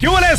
tardes,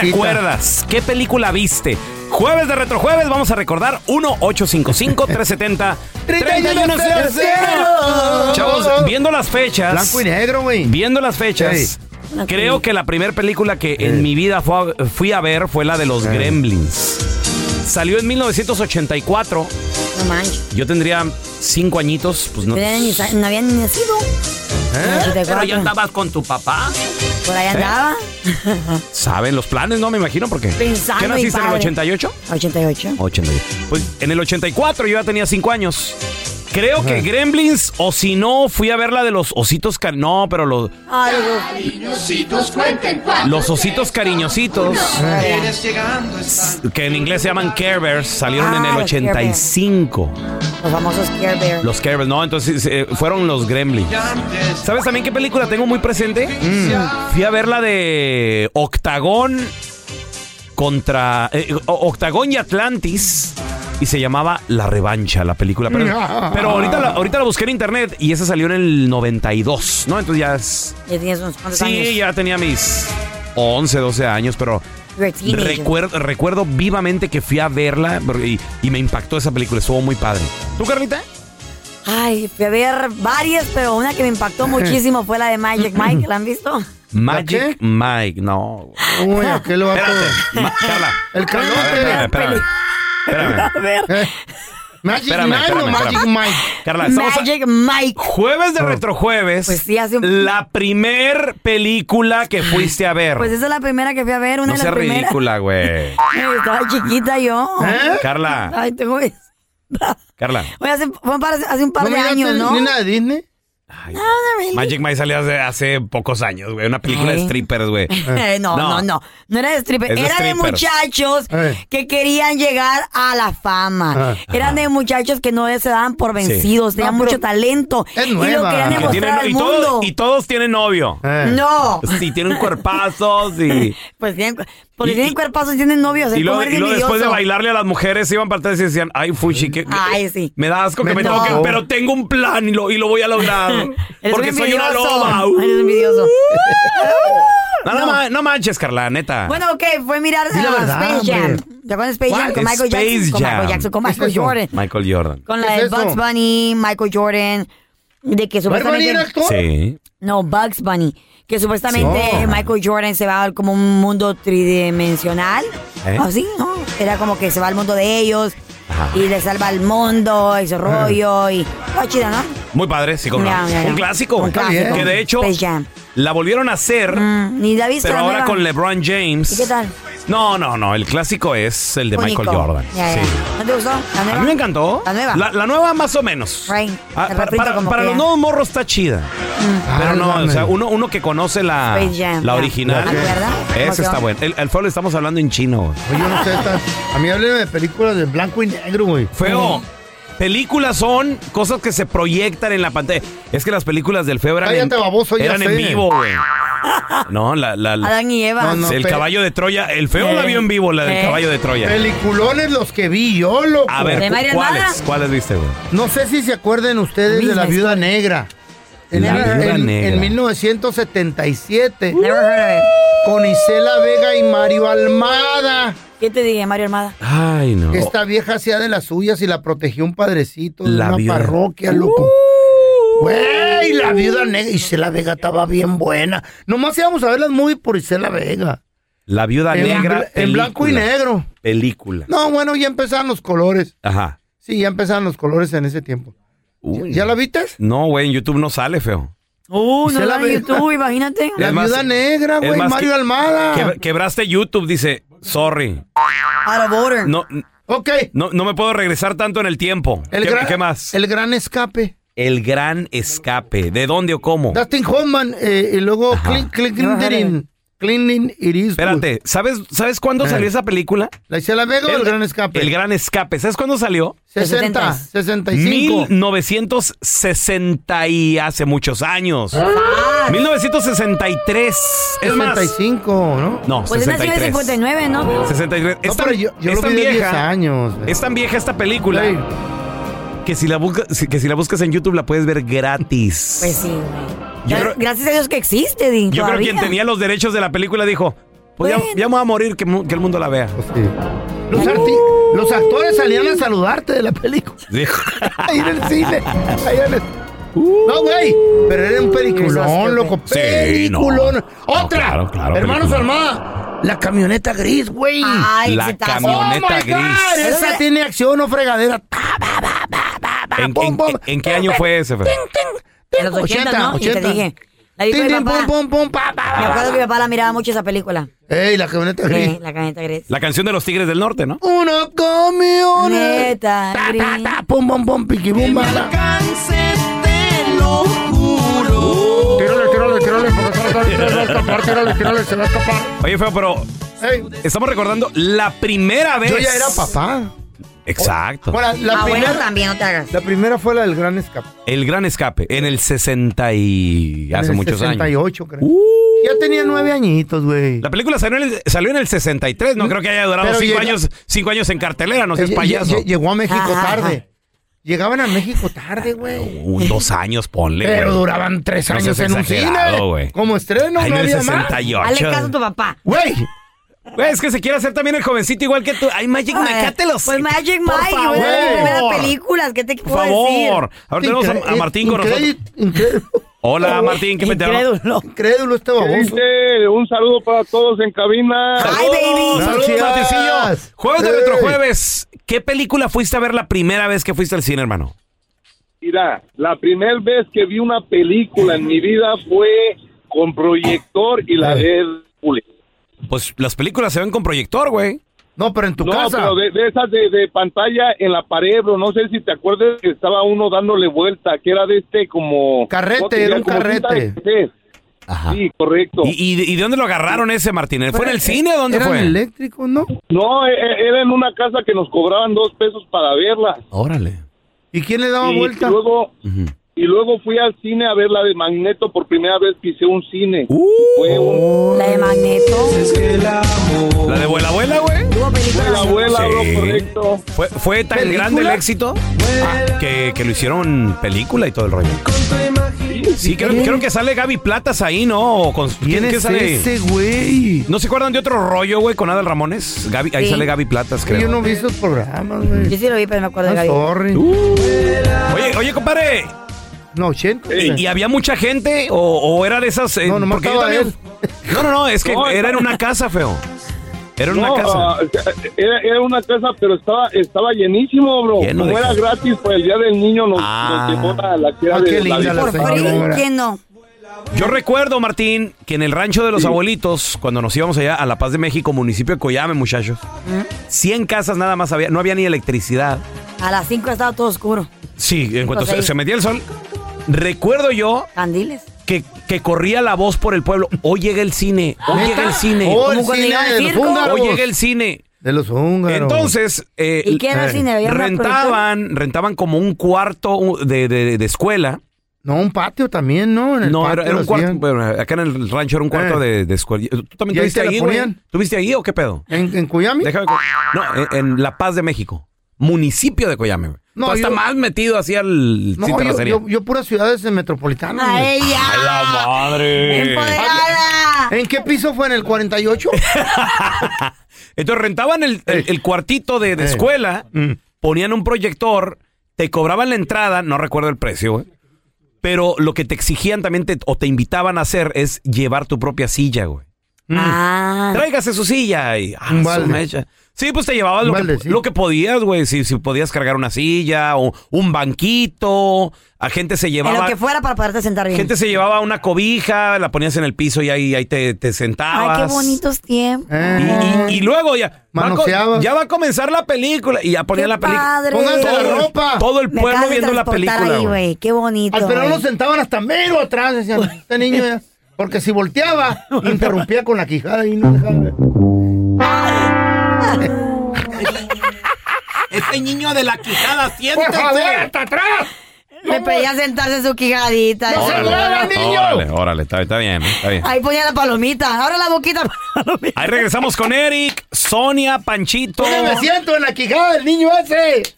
mamacita. acuerdas, ¿qué película viste? Jueves de Retrojueves, vamos a recordar 1-855-370-3100. Chavos, viendo las fechas. Blanco y negro, güey. Viendo las fechas. Creo que la primera película que en mi vida fue a- fui a ver fue la de los Gremlins. Salió en 1984. No manches. Yo tendría cinco añitos, pues no. ¿Eh? No, no habían nacido. Pero 84. ya ¿Eh? estabas con tu papá. Por ahí andaba. Saben los planes, no me imagino porque. Pensando ¿Qué y naciste en el padre. 88? 88. 88. Pues en el 84 yo ya tenía 5 años. Creo que Gremlins, o si no, fui a ver la de los ositos car... No, pero los, Algo. Ah. los ositos cariñositos, que en inglés se llaman Care Bears, salieron Ah, en el los Care Bears. 85. Los famosos Care Bear. Los Care Bears, no, entonces eh, fueron los Gremlins. ¿Sabes también qué película tengo muy presente? Fui a ver la de Octagón contra. eh, O- Octagón y Atlantis. Y se llamaba La Revancha, la película. Pero, pero ahorita, la, ahorita la busqué en internet y esa salió en el 92, ¿no? Entonces ya es. Ya tienes unos cuantos Sí, años. ya tenía mis 11, 12 años, pero. You're a teenager. Recuerdo, recuerdo vivamente que fui a verla porque- y, y me impactó esa película, estuvo muy padre. ¿Tú, Carlita? Ay, fui a ver varias, pero una que me impactó muchísimo fue la de Magic Mike. ¿La han visto? Magic qué? Mike, no. güey. Uy, aquel vato. Ah. Espérate, Ma- Carla. El calor. A ver, espérame, espérame. Espérame. eh. Magic Espérame, Mike espérame, o Magic espérame. Mike. Carla, estamos a- Magic Mike. jueves de retrojueves. Pues sí, hace un- La primer película que fuiste a ver. Pues esa es la primera que fui a ver, no una de las seas primeras. ridícula, güey. Estaba chiquita yo. ¿Eh? ¿Eh? Carla, Ay, tengo que- Carla. Oye, hace, fue un par- hace un par ¿No de miraste años, ¿no? ni nada de Disney? Ay, güey. Magic Mike salió hace, hace pocos años, güey. Una película de Eh. strippers, güey. Eh, no, No. no, no, no. era de stripper. Es de Era de strippers. muchachos Eh. que querían llegar a la Ah. fama. Eran de muchachos que no se daban por vencidos, tenían pero mucho talento. es Y lo nueva. querían Que Que tienen- demostrar al y, mundo. todos, y todos tienen novio. Eh. No. Sí, tienen cuerpazos y. Pues tienen, cu- porque Y- tienen y- cuerpazos, tienen novios. Y ¿eh? luego, ¿Cómo eres y luego después de envidioso? bailarle a las mujeres iban para atrás y decían, ay, Fuchi, que, que- Ay, sí. me da asco que me No. toquen, pero tengo un plan y lo, y lo voy a lograr. Eres porque un soy una envidioso. loba. Uh. Eres envidioso. No, no ma- no manches, Carla, neta. Bueno, ok, fue mirar Di la ah, verdad, Space Jam. hombre. ¿Te acuerdas de Space Jam? ¿Cuál Con es Michael Space Jackson. Con Michael Jam? Jackson, con ¿Qué es Michael eso? Jordan. Michael Jordan. Con ¿Qué la es de eso? Bugs Bunny, Michael Jordan. De que ¿Barba supuestamente. negra actor? Sí. No, Bugs Bunny. Que supuestamente Sí. Michael Jordan se va al como un mundo tridimensional. ¿Eh? Así, ¿no? Era como que se va al mundo de ellos Ajá. y le salva al mundo y su rollo y. Oh, chida, ¿no? Muy padre, sí, como Ya, no. ya, ya. Un clásico. Un Está bien. clásico. Que de hecho, Space Jam. la volvieron a hacer, Mm, ni la viste pero la ahora nueva? con LeBron James. ¿Y qué tal? No, no, no. El clásico es el de Michael Único. Jordan. Ya, ya. Sí. ¿No te gustó? ¿La A nueva? mí me encantó. La nueva. La, la nueva más o menos. Right. Ah, El para refrito para- como para que los ya. nuevos morros está chida. Ah, Pero no, o sea, uno, uno que conoce la, Space Jam, la ya. original. ¿Te acuerdas? ¿Cómo Esa quedó? está buena. El, al Feo le estamos hablando en chino. Oye, yo no sé, estas- a mí háblenme de películas de blanco y negro, güey. Feo. Películas son cosas que se proyectan en la pantalla. Es que las películas del feo eran, Cállate, en, baboso, ya eran en sé. vivo, güey. No, la, la- la- Adán y Eva. No, no. el pe- caballo de Troya. El feo Eh. la vio en vivo, la del Eh. caballo de Troya. Peliculones los que vi yo, loco. A ver, De cu- Marian ¿cuáles? Nada. ¿Cuáles viste, güey? No sé si se acuerden ustedes de Misma la viuda negra. En, La en- Viuda en- Negra. Uh. en 1977, Never heard of con Isela Vega y Mario Almada. it. ¿Qué te dije, Mario Armada? Ay, no. Esta vieja hacía de las suyas y la protegió un padrecito de La una viuda. Uh. parroquia, loco. Güey, la viuda negra. Isela Vega estaba bien buena. Nomás íbamos a ver las movies por Isela Vega. La viuda En, negra. bla- en blanco y película. negro. Película. No, bueno, ya empezaron los colores. Ajá. Sí, ya empezaron los colores en ese tiempo. Uy. ¿Ya la viste? No, güey, en YouTube no sale, feo. Uh, no Se la la vi ve- en YouTube, imagínate. La Es más, viuda negra, es güey. más Mario que- Almada. Quebr- quebraste YouTube, dice. Sorry. Ah. Out of order. No, Ok. no, no me puedo regresar tanto en el tiempo. El ¿Qué, gran, qué más? El, El gran escape. gran escape. ¿De dónde o cómo? Dustin Hoffman eh, y luego Clint Ajá. Clinderin. Cleaning It Is. Espérate, ¿sabes, ¿sabes cuándo Eh. salió esa película? ¿La Isela Vega o el Gran Escape? El Gran Escape. ¿Sabes cuándo salió? 60, 65. 1960 y hace muchos años. Ah. 1963. Es más. 65, ¿no? No, Pues es nació en el 63. 59, ¿no? 63. No, Es tan, pero yo, yo es lo tan vi de 10 vieja. años. güey. Es tan vieja esta película Sí. que, si la busca- si- que si la buscas en YouTube la puedes ver gratis. Pues sí, güey. Yo Gra- creo- Gracias a Dios que existe, Di. Yo creo que quien tenía los derechos de la película dijo: Pues ya- Bueno. ya, me voy a morir, que, mu- que el mundo la vea. Pues sí. Los, Uh. arti- los actores salían a saludarte de la película. Ahí en el cine. Ahí en el- No, güey. Pero era un peliculón, loco. Sí, Peliculón. no. No, Otra. claro, claro, Hermanos peliculón. Armada. La camioneta gris, güey. Oh, Ay, La se está- camión- camioneta my God, gris. Esa tiene acción o fregadera. Ta, ba, ba, ba, ba, ba, ¿En, pum, en- pum. en qué año fue ese? Fer? En los 80, ¿no? Y te dije. La vi Tin, con mi tin, papá. pum, pum, pum, pa, pa, Me pa, acuerdo que pa. mi papá la miraba mucho esa película. Ey, la camioneta Sí, gris. la caneta gris. La canción de los Tigres del Norte, ¿no? Una Neta camioneta. Ta, gris. ta, ta, pum, pum, pum, piqui, bum, ba, ba. Tírale, tírale, tírale, porque se va a- se va a escapar, tírale, tírale, se va a escapar. Oye, Feo, pero Ey, estamos recordando la primera vez. yo ya era papá. Exacto. Ahora, la, Abuelo primera, Ah, también, no te hagas. la primera fue la del gran escape. El gran escape en el 60 y hace En el muchos años. 68, creo. Uh, Ya tenía nueve añitos, güey. la película salió en, el, salió en el 63, no creo que haya durado Pero Eh, cinco llega- años, cinco años en cartelera, no seas Lle- payaso. lle- Llegó a México Ajá, tarde. ajá. Llegaban a México tarde, güey. Un, dos años, ponle. Pero güey. duraban tres Ah, No años seas en un exagerado, cine. güey. Como estreno, Ay, no no, el había más. Hazle 68. caso a tu papá. Güey, Güey, es que se quiere hacer también el jovencito igual que tú. Ay, Magic Mike, Ay, cáte los- Pues Magic Por Mike, favor. güey, era de las primeras películas. ¿Qué te Por puedo favor. decir? Ahora tenemos a, a Martín con nosotros. Incrédulo- incrédulo- Oh, Hola, Martín, ¿qué peteo? Incrédulo. Incrédulo este baboso. Dice, un saludo para todos en cabina. Ay, Saludos, baby. Gracias. Martincillo. Jueves de Ey. Retrojueves. ¿Qué película fuiste a ver la primera vez que fuiste al cine, hermano? Mira, la primera vez que vi una película en mi vida fue con proyector y la de Hércules. Pues las películas se ven con proyector, güey. No, pero en tu No, casa. pero de, de esas de, de pantalla en la pared, bro. No sé si te acuerdas que estaba uno dándole vuelta, que era de este como... Carrete, ¿cómo te era diría? un Como carrete. Ah. cinta de cassette. Ajá. Sí, correcto. ¿Y, y, de- y de dónde lo agarraron ese, Martín? ¿Fue en el cine o dónde Eran fue? eléctricos, ¿no? No, e- e- era en una casa que nos cobraban dos pesos para verla. Órale. ¿Y quién le daba Y vuelta? luego... Ujú. Y luego fui al cine a ver la de Magneto por primera vez pisé un cine. Uh. Fue un La de Magneto. La de Vuela Vuela, güey. Tuvo la películas. abuela, Sí. bro, correcto. Fue, fue tan ¿Película? grande el éxito ah, que, que lo hicieron película y todo el rollo. Sí, creo, creo que sale Gaby Platas ahí, ¿no? O con- ¿Quién ¿quién- qué es ese, güey? ¿No se acuerdan de otro rollo, güey, con Adal Ramones? Gaby- ahí Sí. sale Gaby Platas, creo. Yo no vi esos programas, Yo güey. sí lo vi, pero me acuerdo de Ah, Gaby. sorry. Oye, oye, compadre, No, 80. Ey, ¿y había mucha gente o, o era de esas? eh, No, nomás porque yo estaba también- No, no, no, es que No, era en una casa, feo. Era en No, una casa. ah, era, era una casa, pero estaba estaba llenísimo, bro. Lleno de Como era gente. gratis, pues el día del niño nos, Ah. nos llevó a la quiera Ah, qué de linda la la Por señora. frío, ¿quién no? Yo recuerdo, Martín, que en el rancho de los abuelitos, cuando nos íbamos allá a La Paz de México, municipio de Coyame, muchachos, 100 casas nada más había, no había ni electricidad. A las 5 estaba todo oscuro. Sí, en cuanto Pues se, ahí. se metía el sol. Recuerdo yo Candiles. que, que corría la voz por el pueblo. Hoy llega el cine, hoy llega el cine, Oh, el Como cuando cine iban al de los circo. húngaros. hoy llega el cine. De los húngaros. Entonces, eh, ¿Y qué era el eh, cine? ¿Había una rentaban, rentaban como un cuarto de, de- de escuela. No, un patio también, ¿no? En el No, patio era, era un lo cuarto. hacían. Bueno, acá en el rancho era un cuarto Eh. de, de escuela. ¿Tú también ¿Y ahí tuviste te la ahí, güey? ponían? ¿Tuviste ahí o qué pedo? ¿En, en Cuyami? Déjame. co- No, en, en La Paz de México. Municipio de Coyame, güey. No, Tú hasta yo- más metido hacia el. No, sin yo, terracería. yo, yo puras ciudades metropolitanas. A güey. Ah, ella. ¡A la madre! ¡Empoderada! ¿En qué piso fue? ¿En el 48? Entonces rentaban el, el- el cuartito de, de escuela, Mm. ponían un proyector, te cobraban la entrada, no recuerdo el precio, güey. Pero lo que te exigían también te- o te invitaban a hacer es llevar tu propia silla, güey. Ah. Tráigase su silla y ah, Un su balde. mecha. Sí, pues te llevabas Un lo, balde, que, sí. lo que podías, güey. Si, si podías cargar una silla o un banquito. A gente se En lo llevaba. que fuera para poderte sentar bien. Gente se llevaba una cobija, la ponías en el piso y ahí, ahí te, te sentabas. Ay, qué bonitos tiempos. Eh. Y, y- y luego ya. va a co- Manoseabas. ya va a comenzar la película. Y ya ponían Qué la película. padre. Pónganse la Todo, ropa. todo el Me pueblo acabas de viendo la transportar película. ahí, güey. güey. Qué bonito. Al peruano güey. lo sentaban hasta mero atrás, decían, este niño ya. Porque si volteaba, interrumpía con la quijada y no dejaba ver. Este niño de la quijada, ¡Por favor, siéntate. hasta atrás! Le pedía sentarse su quijadita. No se Ay, mueva, niño! Órale, órale, está, está bien, está bien. Ahí ponía la palomita. Ahora la boquita para la palomita. Ahí regresamos con Eric, Sonia, Panchito. ¿Dónde me siento en la quijada del niño ese?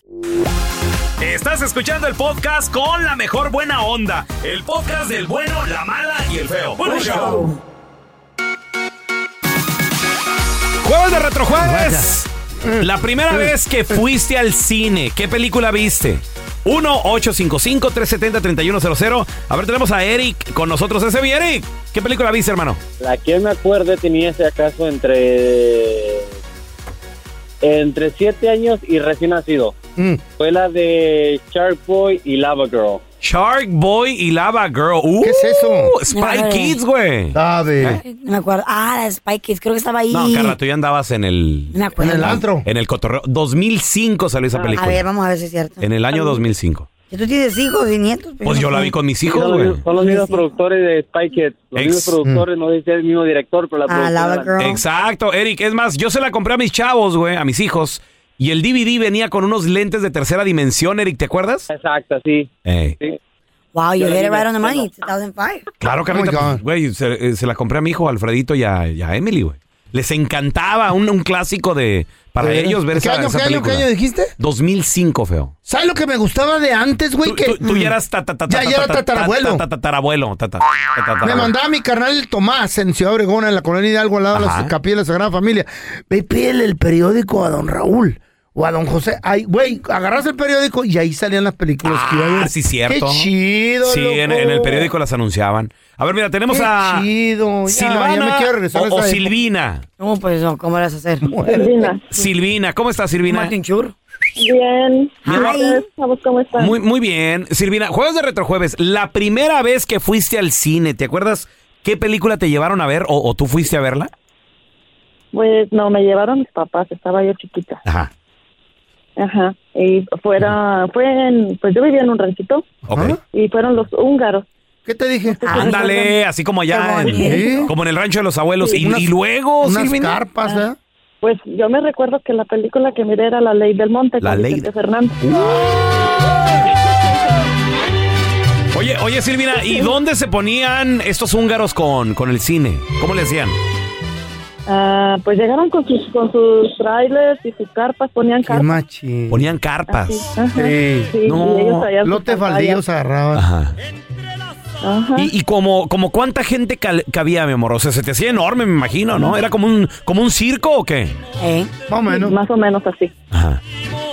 Estás escuchando el podcast con la mejor buena onda. El podcast del bueno, la mala y el feo. Bueno, show. Jueves de Retrojueves. La primera vez que fuiste al cine, ¿qué película viste? 1-855-370-3100. A ver, tenemos a Eric con nosotros. Ese bien, Eric. ¿Qué película viste, hermano? La que me acuerde tenía ese acaso entre entre siete años y recién nacido. Mm. Fue la de Shark Boy y Lava Girl. Shark Boy y Lava Girl. Uh, ¿Qué es eso? Spy Ay. Kids, güey. Sabe. No me acuerdo. Ah, la de Spy Kids, creo que estaba ahí. No, Carla, tú ya andabas en el... No me En acuerdo. el antro. En el cotorreo. 2005 salió Ah, esa película. A ver, vamos a ver si es cierto. En el año 2005. Que tú tienes hijos y nietos. pero Pues no yo la sé. vi con mis Son hijos, los güey. mismos- son los mismos productores de Spy Kids. Los Ex- Mm. mismos productores, no sé si es el mismo director, pero la Ah, productora Lava era- Girl. Exacto, Eric. Es más, yo se la compré a mis chavos, güey, a mis hijos. Y el DVD venía con unos lentes de tercera dimensión, Eric, ¿te acuerdas? Eh, Exacto, sí. Ey. sí. Wow, you Yo la hit vi it right en on the el money, 2005. Claro, Oh my Carlita. God. pues, Güey, se, eh, se la compré a mi hijo, a Alfredito y a, y a Emily, güey. Les encantaba un, un clásico de para ellos ver ¿Qué esa, año, esa qué año, qué película. año dijiste? 2005, feo. ¿Sabes lo que me gustaba de antes, güey? Tú, Que tú- tú ya eras ta- ta- ta- Mm. Ya, ta- ya era ta- ta- tatarabuelo. ta- ta- tatarabuelo, ta- ta- ta- Me tatarabuelo. mandaba mi carnal el Tomás en Ciudad Obregón, en la colonia Hidalgo, al lado de Ajá. la capilla de la Sagrada Familia. Ve, y pídele el periódico a don Raúl o a don José. Ay, güey, agarras el periódico y ahí salían las películas que iba a Ah, ver. sí, cierto. Qué chido, Sí, en, loco. en el periódico las anunciaban. A ver, mira, tenemos Qué a chido. Ya, Silvana ya me quiero regresar a o, esa o época. Silvina. No, pues no, ¿cómo lo vas a hacer? Silvina, ¿cómo estás, Silvina? Martin Chur. Bien. Mi amor. Ustedes, chavos, ¿Cómo están? Muy, muy bien. Silvina, jueves de retrojueves, la primera vez que fuiste al cine, ¿te acuerdas qué película te llevaron a ver o, o tú fuiste a verla? Pues no, me llevaron mis papás, estaba yo chiquita. Ajá. Ajá. Y fuera, fue en, pues yo vivía en un ranchito Ok. Ajá. y fueron los húngaros. ¿Ah? ¿Qué te dije? Ándale, así como allá, en- bonito. como en el rancho de los abuelos. y, Unas- y luego, Unas Silvina. carpas, ¿eh? ¿verdad? Pues yo me recuerdo que la película que miré era La Ley del Monte La con Ley Vicente de- Fernández. Oye, oye, Silvina, ¿y dónde se ponían estos húngaros con, con el cine? ¿Cómo le hacían? Ah, pues llegaron con sus con sus trailers y sus carpas, ponían Qué carpas. machi. Ponían carpas. Sí, ajá, Sí. sí, No, y ellos traían sus Lotes pantallas. baldíos agarraban. Ajá. Ajá. Y, y como, como cuánta gente cal- cabía, mi amor. O sea, se te hacía enorme, me imagino, ¿no? ¿Era como un, como un circo o qué? ¿Eh? Más o menos. Más o menos así. Ajá.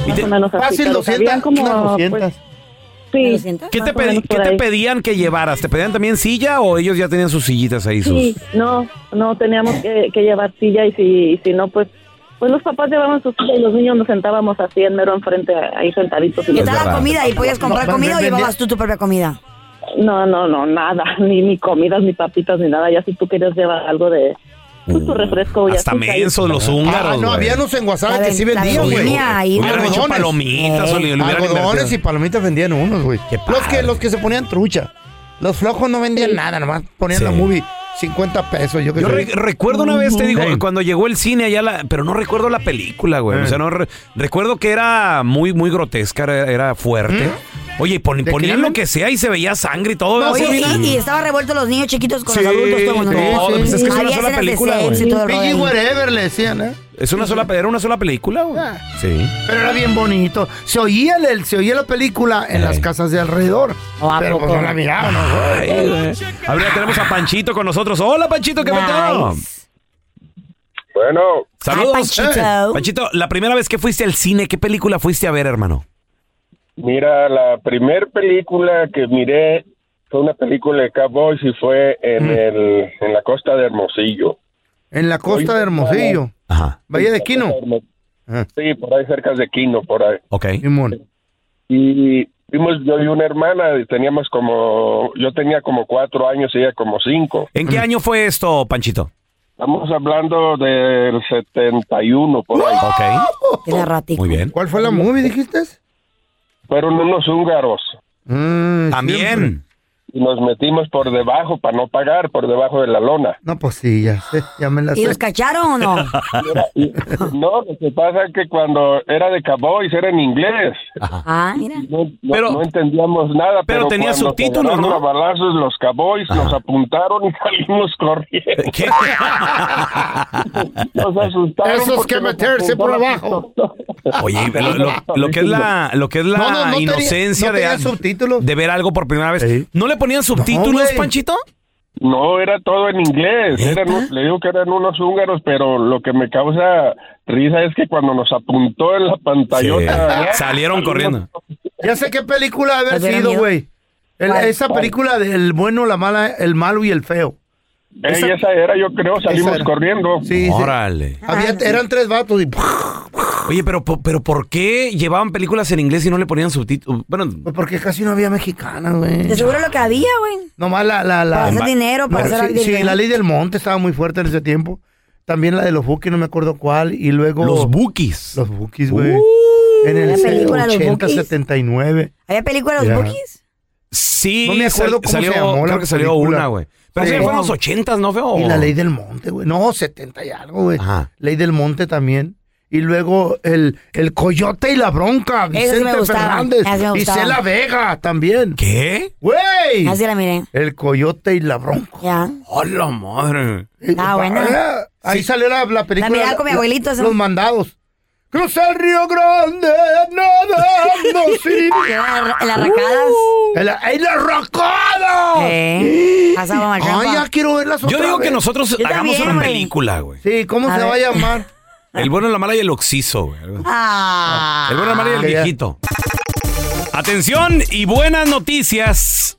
¿Y Más te- o menos así. Fácil, pero 200. cabían como, unas pues, 200. sí, ¿Lo sientas? ¿Qué, te, más o pedi- menos qué por te ahí. pedían que llevaras? ¿Te pedían también silla o ellos ya tenían sus sillitas ahí? Sus... Sí, no, no, teníamos que, que llevar silla y si, y si no, pues pues los papás llevaban sus sillas y los niños nos sentábamos así en mero enfrente, ahí sentaditos. Y ¿Qué Es tal la verdad. comida? ¿Y podías comprar No, comida o vendía- llevabas tú tu propia comida? No, no, no, nada, ni, ni comidas, ni papitas, ni nada. Ya si tú querías llevar algo de pues, tu refresco. uh, ya Mm, Hasta tú caías. mensos los Ah, húngaros. no, güey. había unos en Guasave La que sí ven- la vendían, Oye, güey. vendía ahí. Hubieran hecho Algodones. palomitas o le- le hubieran Algodones y invertido. palomitas vendían unos, güey. Qué Los padre. que, los que se ponían trucha. Los flojos no vendían nada, nomás ponían Sí. la movie 50 pesos, yo qué Yo sé. re- recuerdo una vez, te digo, Pues Ey. cuando llegó el cine allá, la- pero no recuerdo la película, güey. O sea, no re- recuerdo que era muy, muy grotesca, era, era fuerte. Oye, pon- ¿Te ponían querían- lo que sea y se veía sangre y todo. ¿verdad, Oye, Silvina? y, y estaba revuelto los niños chiquitos con Sí, los adultos. Todo el mundo. sí, sí. Pues es que es una Había sola escenas de película, sexo güey. y todo el Piggy rollo ahí. whatever le decían, ¿eh? Es una sola, era una sola película, güey. Ah. Sí. Pero era bien bonito. Se oía, el, se oía la película en Ey. las casas de alrededor. Oh, ¿a pero pues, poco? no la miraban, ¿no? Ay, güey. A ver, ya tenemos a Panchito con nosotros. Hola, Panchito, ¿qué peteo? Nice. Bueno, Saludos. Ay, Panchito. Eh, Panchito, la primera vez que fuiste al cine, ¿qué película fuiste a ver, hermano? mira, la primer película que miré fue una película de Cowboys y fue en, Mm. el, en la costa de Hermosillo. En la costa de Hermosillo. Ajá. Valle de Quino. Ah. Sí, por ahí cerca de Quino, por ahí. Ok. Simón. Y fuimos yo y una hermana, y teníamos como, yo tenía como cuatro años y ella como cinco. ¿En qué año fue esto, Panchito? Estamos hablando del 71, por ahí. Ok. Tiene ratico. Muy bien. ¿Cuál fue la movie, dijiste? Fueron unos húngaros. Mm, También. y nos metimos por debajo para no pagar, por debajo de la lona. No, pues sí, ya sé, ya me la ¿Y sé. los cacharon o no? No, lo que pasa es que cuando era de Cowboys era en inglés. Ah, mira. No, no- Pero- no entendíamos nada. pero tenía cuando subtítulos, pegaron ¿no? los balazos los Cowboys nos apuntaron y salimos corriendo. ¿Qué? Nos asustaron. Esos porque que nos meterse por apuntaron. Oye, pero lo, lo que es la, lo que es la No, no, no tenía- inocencia no tenía de, subtítulos. de ver algo por primera vez. Sí. ¿No le ponían subtítulos, güey. Panchito? No, era todo en inglés. ¿Neta? Eran un- le digo que eran unos húngaros, pero lo que me causa risa es que cuando nos apuntó en la pantallota. Salieron corriendo. Ya sé qué película ha de haber ¿Te hubiera sido, miedo? güey. El- ¿Cuál? Esa película del bueno, la mala, el malo y el feo. eh, esa- esa, era, yo creo, salimos esa era. corriendo. Sí, sí. Órale. Había- Ah, sí. eran tres vatos y pues, Oye, pero, po- pero ¿por qué llevaban películas en inglés y no le ponían subtítulos? Bueno, porque casi no había mexicanas, güey. De seguro lo que había, güey. Nomás la, la, Para la. hacer dinero, para No, hacer sí, algo sí, bien. la ley del monte estaba muy fuerte en ese tiempo. También la de los bookies, no me acuerdo cuál. Y luego. los bookies. Los bookies, güey. en Uh, la el película de los 80, Bookies. 79. ¿Había película de los Ya. bookies? Sí, No me acuerdo sal- cómo se salió, llamó la creo que salió película. una, güey. Pero Sí. sí, fue en los ochentas, ¿no, feo? Y la ley del monte, güey. No, 70 y algo, güey. Oh. Ajá. Ley del monte también. Y luego el, el Coyote y la Bronca, sí me Vicente gustaban, Fernández. esas me Y gustaban. Cela Vega también. ¿Qué? ¡Güey! Así la miré. El Coyote y la Bronca. Ya. ¡Hola, madre! Eh, Ah, buena. ah, Ahí salió la, la película. La miraba con mi abuelito, esa. Los mandados. Cruza el Río Grande, nadando sin... Uh. Que era en las racadas. Uh. ¡En la, en la rocada! Eh, pasaba más ¡Ah! Ay, ya rampa. quiero verlas Yo otra digo que vez. nosotros Yo hagamos también, una güey. película, güey. Sí, ¿cómo A se ver. va a llamar? El bueno, la mala y el oxiso, güey. algo así. Ah. El bueno, la mala y el Ah, ya. viejito. Atención y buenas noticias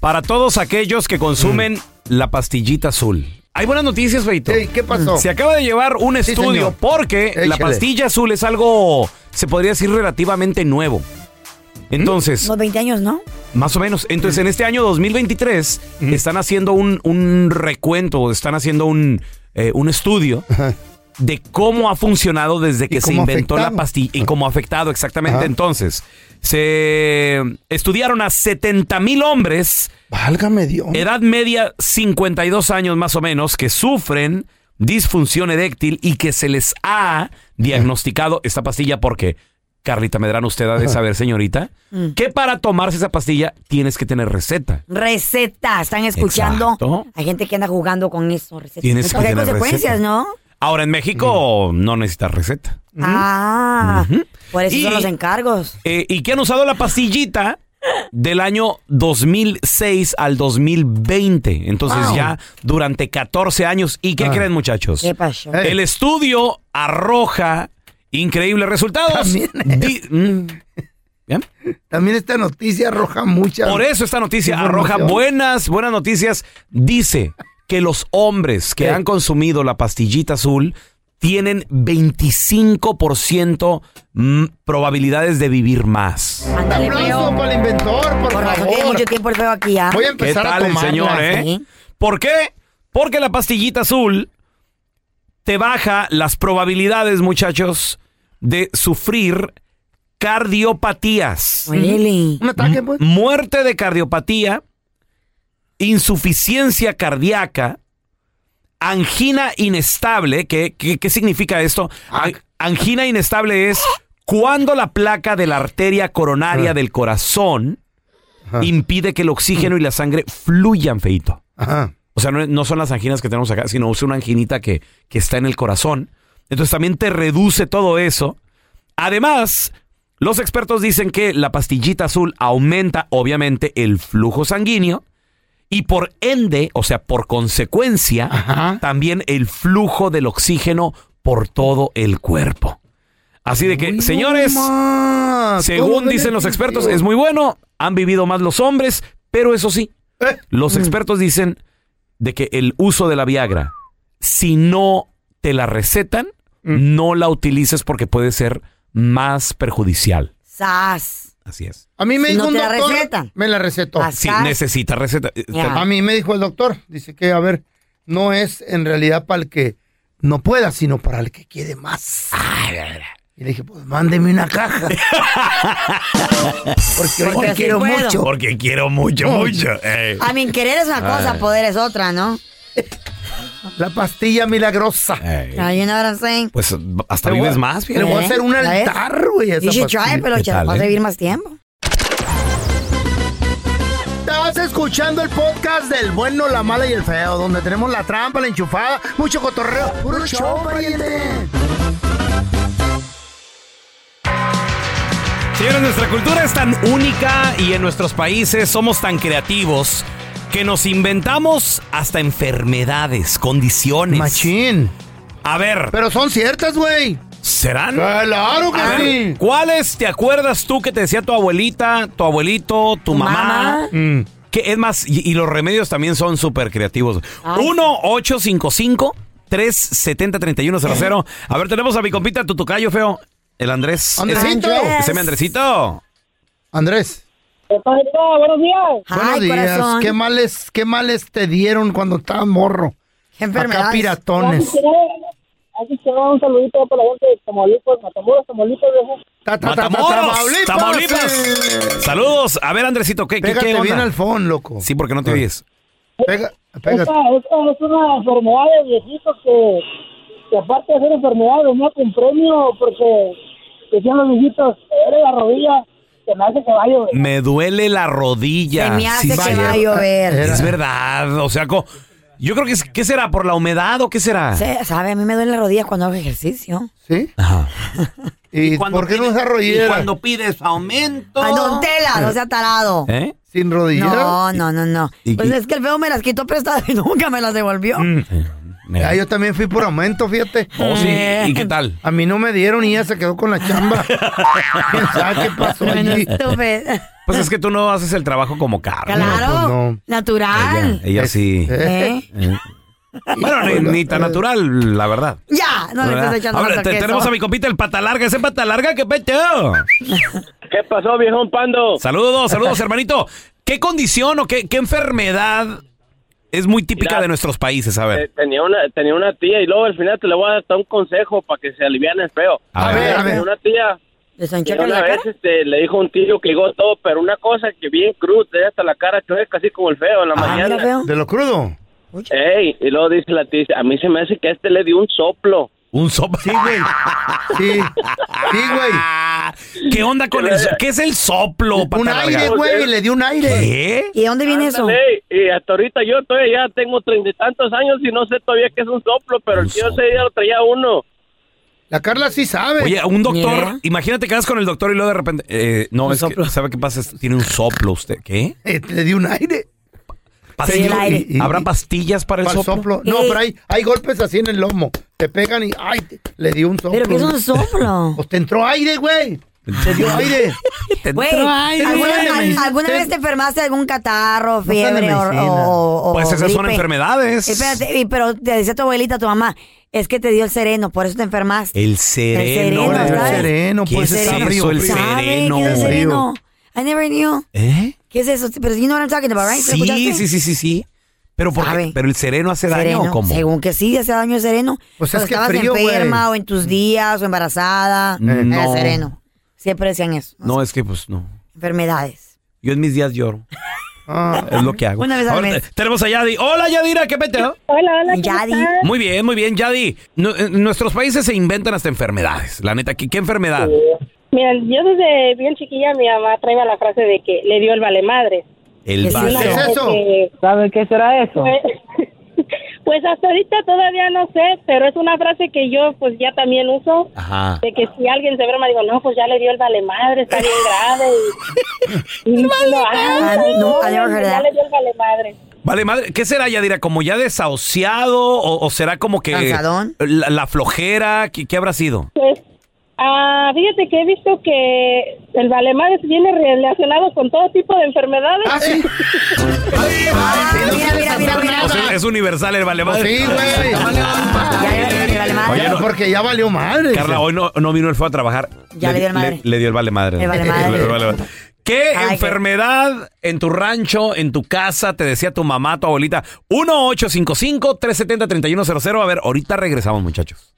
para todos aquellos que consumen la pastillita azul. Hay buenas noticias, Feito. Sí, Mm. ¿Qué pasó? Se acaba de llevar un Sí, estudio señor. porque la Échale. pastilla azul es algo, se podría decir, relativamente nuevo. ¿Mm? Entonces, Los 20 años, ¿no? más o menos. Entonces, en este año 2023 Mm. están haciendo un, un recuento, están haciendo un, eh, un estudio Ajá. de cómo ha funcionado desde que se cómo ha inventó la afectado. pastilla y cómo ha afectado exactamente. Ajá. Entonces, se estudiaron a 70 mil hombres, Válgame Dios. edad media 52 años más o menos, que sufren disfunción eréctil y que se les ha diagnosticado esta pastilla porque... Carlita Medrano, usted ha de saber, señorita, que para tomarse esa pastilla tienes que tener receta. Receta. Están escuchando. Exacto. Hay gente que anda jugando con eso. Receta. Tienes que Porque hay tener consecuencias, receta. ¿no? Ahora, en México Mm. no necesitas receta. Ah. Por eso son Y- los encargos. Eh, y que han usado la pastillita del año 2006 al 2020. Entonces Wow. Ah. ya durante 14 años. ¿Y qué creen muchachos? ¿Qué pasó? Eh. El estudio arroja increíbles resultados. También Di- mm. ¿Bien? También esta noticia arroja mucha. Por eso esta noticia arroja Información. buenas, buenas noticias. Dice que los hombres que ¿Qué? han consumido la pastillita azul tienen 25% m- mm, probabilidades de vivir más. Ándale, Aplauso feo. para el inventor, por, Por razón tiene favor. mucho tiempo el feo aquí ya. Voy a ¿Qué empezar tal a el tomarla. señor, eh? sí. ¿Por qué? Porque la pastillita azul te baja las probabilidades, muchachos, de sufrir cardiopatías. Really. Un ataque, Mm, pues. muerte de cardiopatía, insuficiencia cardíaca, angina inestable. ¿Qué, qué- qué significa esto? Ah. An- Angina inestable es cuando la placa de la arteria coronaria Ah. del corazón Ajá. impide que el oxígeno y la sangre fluyan, feito. Ajá. O sea, no, no son las anginas que tenemos acá, sino es una anginita que, que está en el corazón. Entonces también te reduce todo eso. Además, los expertos dicen que la pastillita azul aumenta obviamente el flujo sanguíneo y por ende, o sea, por consecuencia, Ajá. también el flujo del oxígeno por todo el cuerpo. Así de que, señores, Ma, Ah, todo según dicen los beneficio. expertos, es muy bueno, han vivido más los hombres, pero eso sí, Eh, los expertos dicen de que el uso de la Viagra, si no te la recetan, Mm. no la utilices porque puede ser más perjudicial. Sas. Así es. A mí me Si dijo no un te la doctor. recetan. Me la recetó. Así. Sí, Acá. necesita receta. Eh, Ya. te- A mí me dijo el doctor. Dice que, a ver, no es en realidad para el que no pueda, sino para el que quiere más. Y le dije, pues mándeme una caja. Porque ahorita Porque así quiero puedo. mucho. Porque quiero mucho, mucho. eh. A mí, querer es una cosa, poder es otra, ¿no? La pastilla milagrosa. Eh, Now you know what I'm saying? Pues hasta Le voy a- vives más, Le fíjate. voy a hacer un ¿La ves? altar, güey. a esa You should try pastilla. it, pero ¿Qué che, vas tal, a eh? vivir más tiempo. Estás escuchando el podcast del bueno, la mala y el feo, donde tenemos la trampa, la enchufada, mucho cotorreo. ¡Puro show, pariente! Señores, nuestra cultura es tan única y en nuestros países somos tan creativos que nos inventamos hasta enfermedades, condiciones. Machín. A ver, Pero son ciertas, güey. ¿serán? Claro A Ah. ver, ¿Cuáles te acuerdas tú que te decía tu abuelita, tu abuelito, tu mamá? mamá. Mm. Que es más, y, y los remedios también son súper creativos. Ay. 1-855-370-3100. A ver, tenemos a mi compita, tu tocayo feo, el Andrés. Andresito. Andrés. Ese mi Andresito. Andrés. Buenos días. buenos Ay, días. corazón. ¿Qué males, ¿Qué males te dieron cuando estabas morro? Qué Acá enfermedades. piratones. Aquí te va un saludito para la gente de Tamaulipas, Matamoros, Tamaulipas, viejo. Ta, ta, ta, ta, Matamoros, Eh, Tamaulipas. Saludos. A ver, Andresito, ¿qué, qué, qué Pégate onda? bien al phone, loco. Sí, porque no te Eh. oyes. Pega- pégate. Esta, esta es una enfermedad de viejitos que, que aparte de ser enfermedad venía con premio porque decían los viejitos, eres la rodilla, que me hace que vaya, güey. Me duele la rodilla. Se me hace Sí, que cierto. va a llover. Era- Es verdad, o sea, co- yo creo que es- ¿qué será? ¿Por la humedad o qué será? Se- ¿Sabe? A mí me duelen las rodillas cuando hago ejercicio. ¿Sí? Ajá. ¿Y, por qué no es arrollera? pides aumento. Ay, don Tela, no sea tarado. ¿Eh? ¿Sin rodillera? No, no, no, no. ¿Y Pues qué? Mm. es que el feo me las quitó prestadas y nunca me las devolvió. Ah, yo también fui por aumento, fíjate. Oh, sí. ¿Y Eh. qué tal? A mí no me dieron y ella se quedó con la chamba. ¿Quién sabe qué pasó Bueno, allí? estúpido. Pues es que tú no haces el trabajo como Carmen. Claro, no. Ella, natural. pues ella sí. ¿Eh? Eh. Bueno, ni, ni tan eh. natural, la verdad. Ya, no le ¿Verdad? estás echando A ver, tanto te- queso. tenemos a mi compita el pata larga, ese pata larga que peteo. ¿Qué pasó, viejón pando? Saludos, saludos, hermanito. ¿Qué condición o qué, qué enfermedad es muy típica Mira, de nuestros países? A Eh, ver. tenía una tenía una tía y luego al final te le voy a dar hasta un consejo para que se aliviane el feo. A ver, a ver. Tenía una tía que ¿Desanchaca una la vez cara? este, le dijo a un tío que llegó todo, pero una cosa que bien cruz, tenía hasta la cara chueca, así como el feo en la Ah, mira, mañana. feo. ¿De lo crudo? Ey, y luego dice la tía, a mí se me hace que a este le dio un soplo. Un sopa. Sí, güey. Sí. Sí, güey. ¿Qué onda con el so- ¿Qué es el soplo, pata Un larga? aire, güey. Le dio un aire. ¿Qué? ¿Y de dónde viene eso? Ándale, y hasta ahorita yo todavía ya tengo treinta y tantos años y no sé todavía qué es un soplo, pero Un el tío soplo. ese día lo traía uno. La Carla sí sabe. Oye, un doctor, Mira. imagínate que vas con el doctor y luego de repente, eh, no, Un es que, soplo. ¿sabe qué pasa? Es- Tiene un soplo usted, ¿qué? Eh, le dio un aire. Sí, el Pastillas. aire. Y- y- ¿Habrá pastillas para el Para el soplo? soplo. No, Eh. pero hay, hay golpes así en el lomo. Te pegan y ay, te- le dio un soplo. ¿Pero qué es un soplo? Pues te entró aire, güey. Te dio aire. Güey, güey, ¿alguna, de medicina. al- alguna vez te enfermaste de algún catarro, de fiebre o, medicina. o- o- Pues o esas son gripe? enfermedades. Espérate, y- pero te decía tu abuelita, tu mamá, es que te dio el sereno, por eso te enfermaste. El sereno. sereno, ¿verdad? ¿sabes? ¿Qué El sereno, pues, es está eso, frío, el frío. ¿Sabe sereno? qué es el Frío. sereno? I never knew. ¿Eh? ¿Qué es eso? Pero you know what I'm talking about, right? ¿Lo Sí, escuchaste? sí, sí, sí, sí. Pero, por qué? Sabe. ¿Pero el sereno hace daño Sereno. o cómo? Según que sí, hace daño el sereno. Pues es Cuando que estabas frío, güey. Mm, enferma o en tus días o embarazada. No. El sereno. Siempre decían eso. No, es que pues no. Enfermedades. Yo en mis días lloro. Ah, Es lo que hago. Una vez al Ahora, mes. te- tenemos a Yadi. Hola, Yadira, ¿qué pete? Hola, hola, ¿cómo Yadi. estás? Muy bien, muy bien, Yadi. No- en nuestros países se inventan hasta enfermedades. La neta, ¿qué, qué enfermedad? Mira, yo desde bien chiquilla mi mamá traía la frase de que le dio el vale madre. El Es vale. ¿Qué es eso? ¿Sabe qué será eso? Pues, pues hasta ahorita todavía no sé, pero es una frase que yo pues ya también uso. Ajá. De que si alguien se enferma, digo, no, pues ya le dio el vale madre, está bien grave. Y, y diciendo, "Ah, madre. No, no, I never heard ya that. le dio el vale madre. Vale, madre, ¿qué será, Yadira? ¿Como ya desahuciado o, o será como que Cansadón. La, la flojera? ¿Qué, qué habrá sido? Pues, ah, fíjate que he visto que el vale madre viene relacionado con todo tipo de enfermedades. Ah, sí. Ah, mira, mira, mira, mira. O sea, es universal el vale, Pues madre. sí, güey. Ya le- le vale madre. Oye, no- Porque ya valió madre. Carla, hoy no, no vino el feo a trabajar. Ya le dio el madre. Le, le dio el vale madre. El vale Le- madre. le- vale madre. ¿Qué Ay, qué- enfermedad en tu rancho, en tu casa, te decía tu mamá, tu abuelita? 1-855-370-3100. A ver, ahorita regresamos, muchachos.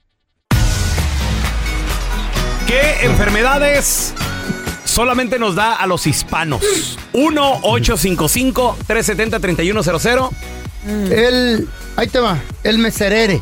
¿Qué enfermedades solamente nos da a los hispanos? 1-855-370-3100. El. Ahí te va. El meserere.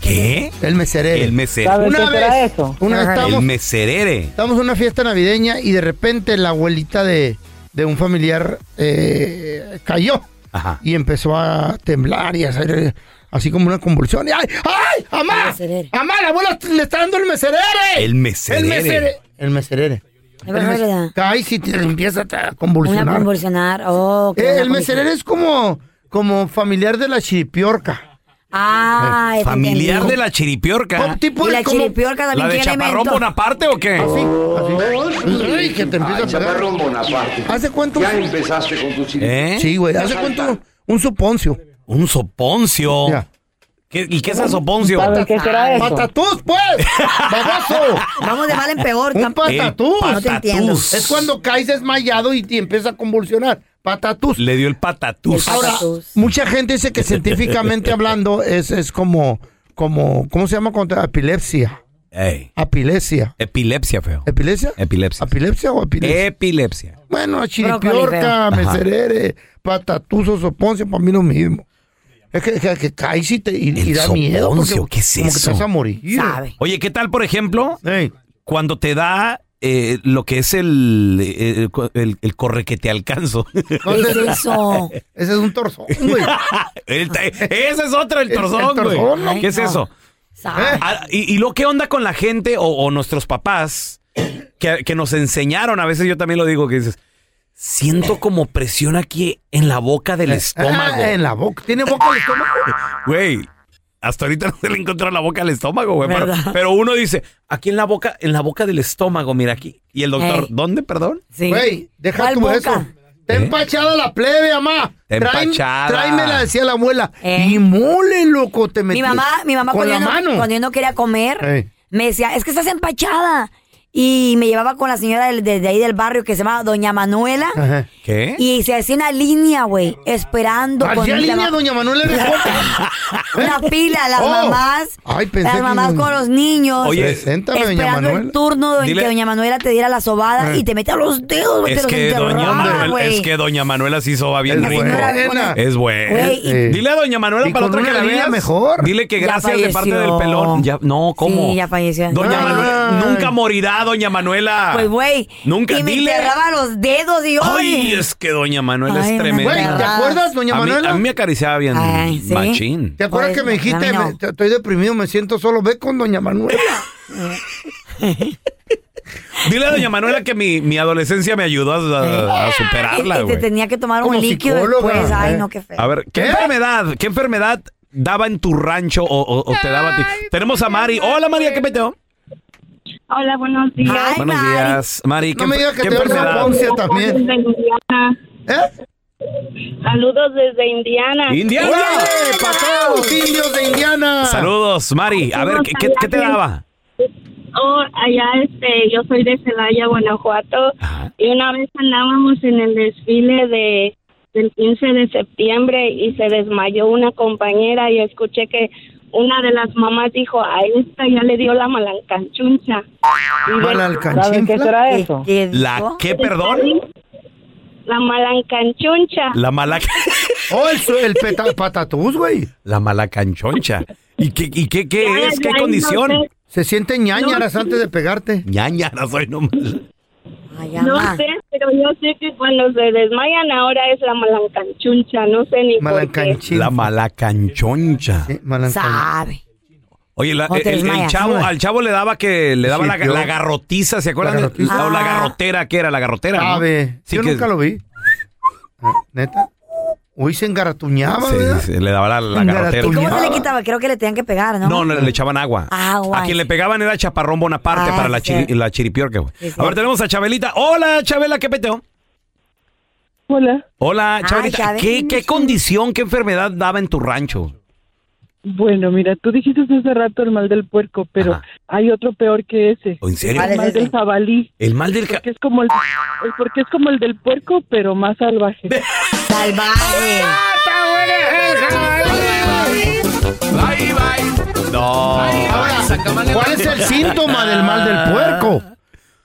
¿Qué? El meserere. El meserere. ¿Sabes Una qué será vez, eso? una vez Ajá. estaba- El meserere. Estamos en una fiesta navideña y de repente la abuelita de, de un familiar eh, cayó Ajá. y empezó a temblar y a hacer eh, así como una convulsión. Y, ¡Ay! ¡Ay! El ¡Amá! meserere. ¡Amá! ¡La abuela le está dando el meserere! El meserere. El meserere. El meserere. Es verdad. Cae si te empieza a Una convulsionar. convulsionar. Oh, qué Eh, buena el meserere es como, como familiar de la chiripiorca. convulsión. Ah, ya te Familiar entendí. de la chiripiorca. Como tipo Y la como- chiripiorca ¿La también de tiene Chaparrón elemento. Bonaparte o qué? Así, así. Ay, que te empieza a pegar. ¿Hace cuánto? empezaste con tu ¿Eh? Sí, güey. ¿Hace cuánto? Un suponcio. Un soponcio. Ya. ¿Qué- ¿Y qué es el soponcio? ¿Sabes qué será eso? ¡Patatús, pues! ¡Baboso! Vamos de mal en peor. Un campeón. El patatús. No te entiendo. patatús. Es cuando caes desmayado y te empieza a convulsionar. Patatús. Le dio el patatús. El patatús. Ahora, mucha gente dice que científicamente hablando es, es como, como, ¿cómo se llama? Contra epilepsia. Ey, Apilesia. Epilepsia, feo. ¿Epilepsia? Epilepsia. ¿Epilepsia o epilepsia? Epilepsia. bueno, Brócoli, feo. chiripiorca, meserere, patatús o soponcio, para mí lo mismo. Es que, que, que caes y, te, y, y El da miedo. Porque, soponcio, ¿qué es como que eso? te vas a morir. Sabe. Oye, ¿qué tal, por ejemplo, Ey. cuando te da eh, lo que es el, eh, el, el- el corre que te alcanzo? No, ¿Qué es ese, eso? ese es un torso, güey. El ta- ese es otro, el El- el torzón, torzón, güey. ¿no? ¿Qué es Ay, no. eso? Eh, Sabe. Ah, y, y lo que onda con la gente o, o nuestros papás que, que nos enseñaron, a veces yo también lo digo, que dices, siento como presión aquí en la boca del estómago. Ah, en la boca. Tiene boca el estómago. Güey, hasta ahorita no se le encontró la boca al estómago, güey. Pero, ¿Verdad? pero uno dice, aquí en la boca, en la boca del estómago, mira aquí. Y el doctor, Ey. ¿dónde, perdón? Sí. Güey, deja ¿Cuál tú boca? eso. Está empachada la plebe, mamá. ¿Eh? Está Traem- empachada. Tráemela, decía la abuela. Eh. Y mole, loco, te metí. Mi mamá, mi mamá con cuando, la yo no, mano. cuando yo no quería comer, Ey. me decía, es que estás empachada. Y me llevaba con la señora del- de, de ahí del barrio que se llama Doña Manuela. Ajá. ¿Qué? Y se hacía una línea, güey, esperando con Hacía la línea, ma- doña Manuela era corta. una fila, las Oh. mamás, Ay, pensé las que mamás no- con los niños. Oye, Preséntame, doña esperando el Manuela. turno en Dile- que Doña Manuela te diera la sobada Eh. y te metía los dedos, güey, Pues te Es los que, doña enterraba, Manuela, güey. es que doña Manuela sí soba bien Es rico. señora buena. buena. Es bueno. Güey, y- Eh. Dile a doña Manuela Y para la con otra que una la línea veas. mejor. Dile que Ya gracias de parte falleció. del pelón. Ya- no, ¿cómo? Sí, ya falleció. Doña Ay. Manuela, nunca morirá, doña Manuela. Pues, güey. Nunca, Y me dile. enterraba los dedos y Ay, hoy. es que doña Manuela es Ay, una tremenda. Güey, ¿te perra. acuerdas, doña a, mí, Manuela? a mí me acariciaba bien Ay, ¿sí? machín. ¿Te acuerdas Pues, que me a mí dijiste, no. me- te- estoy deprimido, me siento solo? Ve con doña Manuela. Dile a doña Manuela que mi, mi adolescencia me ayudó a, a- a superarla, Y te güey. tenía que tomar un Como líquido psicóloga, después. Ay, eh. no, qué feo. A ver, ¿qué, ¿Qué? enfermedad? ¿Qué enfermedad daba en tu rancho o, o- o te daba a ti? Tenemos a Mari. Hola, María, ¿qué peteo? Hola, buenos días. Ah, Ay, Buenos Mari. días. Mari, ¿qué, No me digas qué que te dio enfermedad? soponcia también. Desde Indiana. ¿Eh? Saludos desde Indiana. Indiana. ¡Órale, para todos los indios de Indiana! Saludos, Mari. A ver, ¿qué, qué- qué te daba? Oh, allá, este, yo soy de Celaya, Guanajuato. Ajá. Y una vez andábamos en el desfile de del 15 de septiembre y se desmayó una compañera y escuché que una de las mamás dijo, a esta ya le dio la malancanchuncha. Ah, Mala ¿Sabes qué alcanchinfla. será ¿Qué- eso? qué ¿La dijo? qué, perdón? La malancanchuncha. La mala, Oh, el, su- el peta- patatús, güey. la mala canchoncha. ¿Y qué, y qué, qué Ya, es? ¿Qué ya, no condición? sé. Se siente ñañaras antes de pegarte. Ñaña, no soy nomás. Ay, No ama. sé, pero yo sé que cuando se desmayan ahora es la malancanchuncha, no sé ni por qué. La Malancanchinfla. mala canchoncha. Sí, malancanchinfla. Sabe. Oye, la- No el, te el desmayas. chavo, al chavo le daba que le daba Sí, la, yo- la garrotiza, ¿se acuerdan? La garrotiza. O la Ah. garrotera, ¿qué era? La garrotera. ¿no? Ave. Sí Yo que- nunca lo vi. Ah, ¿Neta? Hoy se engaratuñaba, Sí, ¿verdad? sí, sí, le daba la, la garrotera. Garatuña. ¿Cómo se le quitaba? Creo que le tenían que pegar, ¿no? No, no, le echaban agua. Agua. A quien le pegaban era chaparrón Bonaparte Ah, para la, sí. chiri- la chiripiorca, güey. Sí, sí. A ver, tenemos a Chabelita. Hola, Chabela, ¿qué peteo? Hola. Hola, Ay, Chabelita. Chabela. ¿Qué, ¿Qué condición, qué enfermedad daba en tu rancho? Bueno, mira, tú dijiste hace rato el mal del puerco, pero Ajá. hay otro peor que ese. ¿O en serio? ¿Cuál El mal es del ese? jabalí, El mal del... ca- que es como el, el- porque es como el del puerco, pero más salvaje. Salvaje. Bye, bye. No. ¿Cuál es el síntoma del mal del puerco?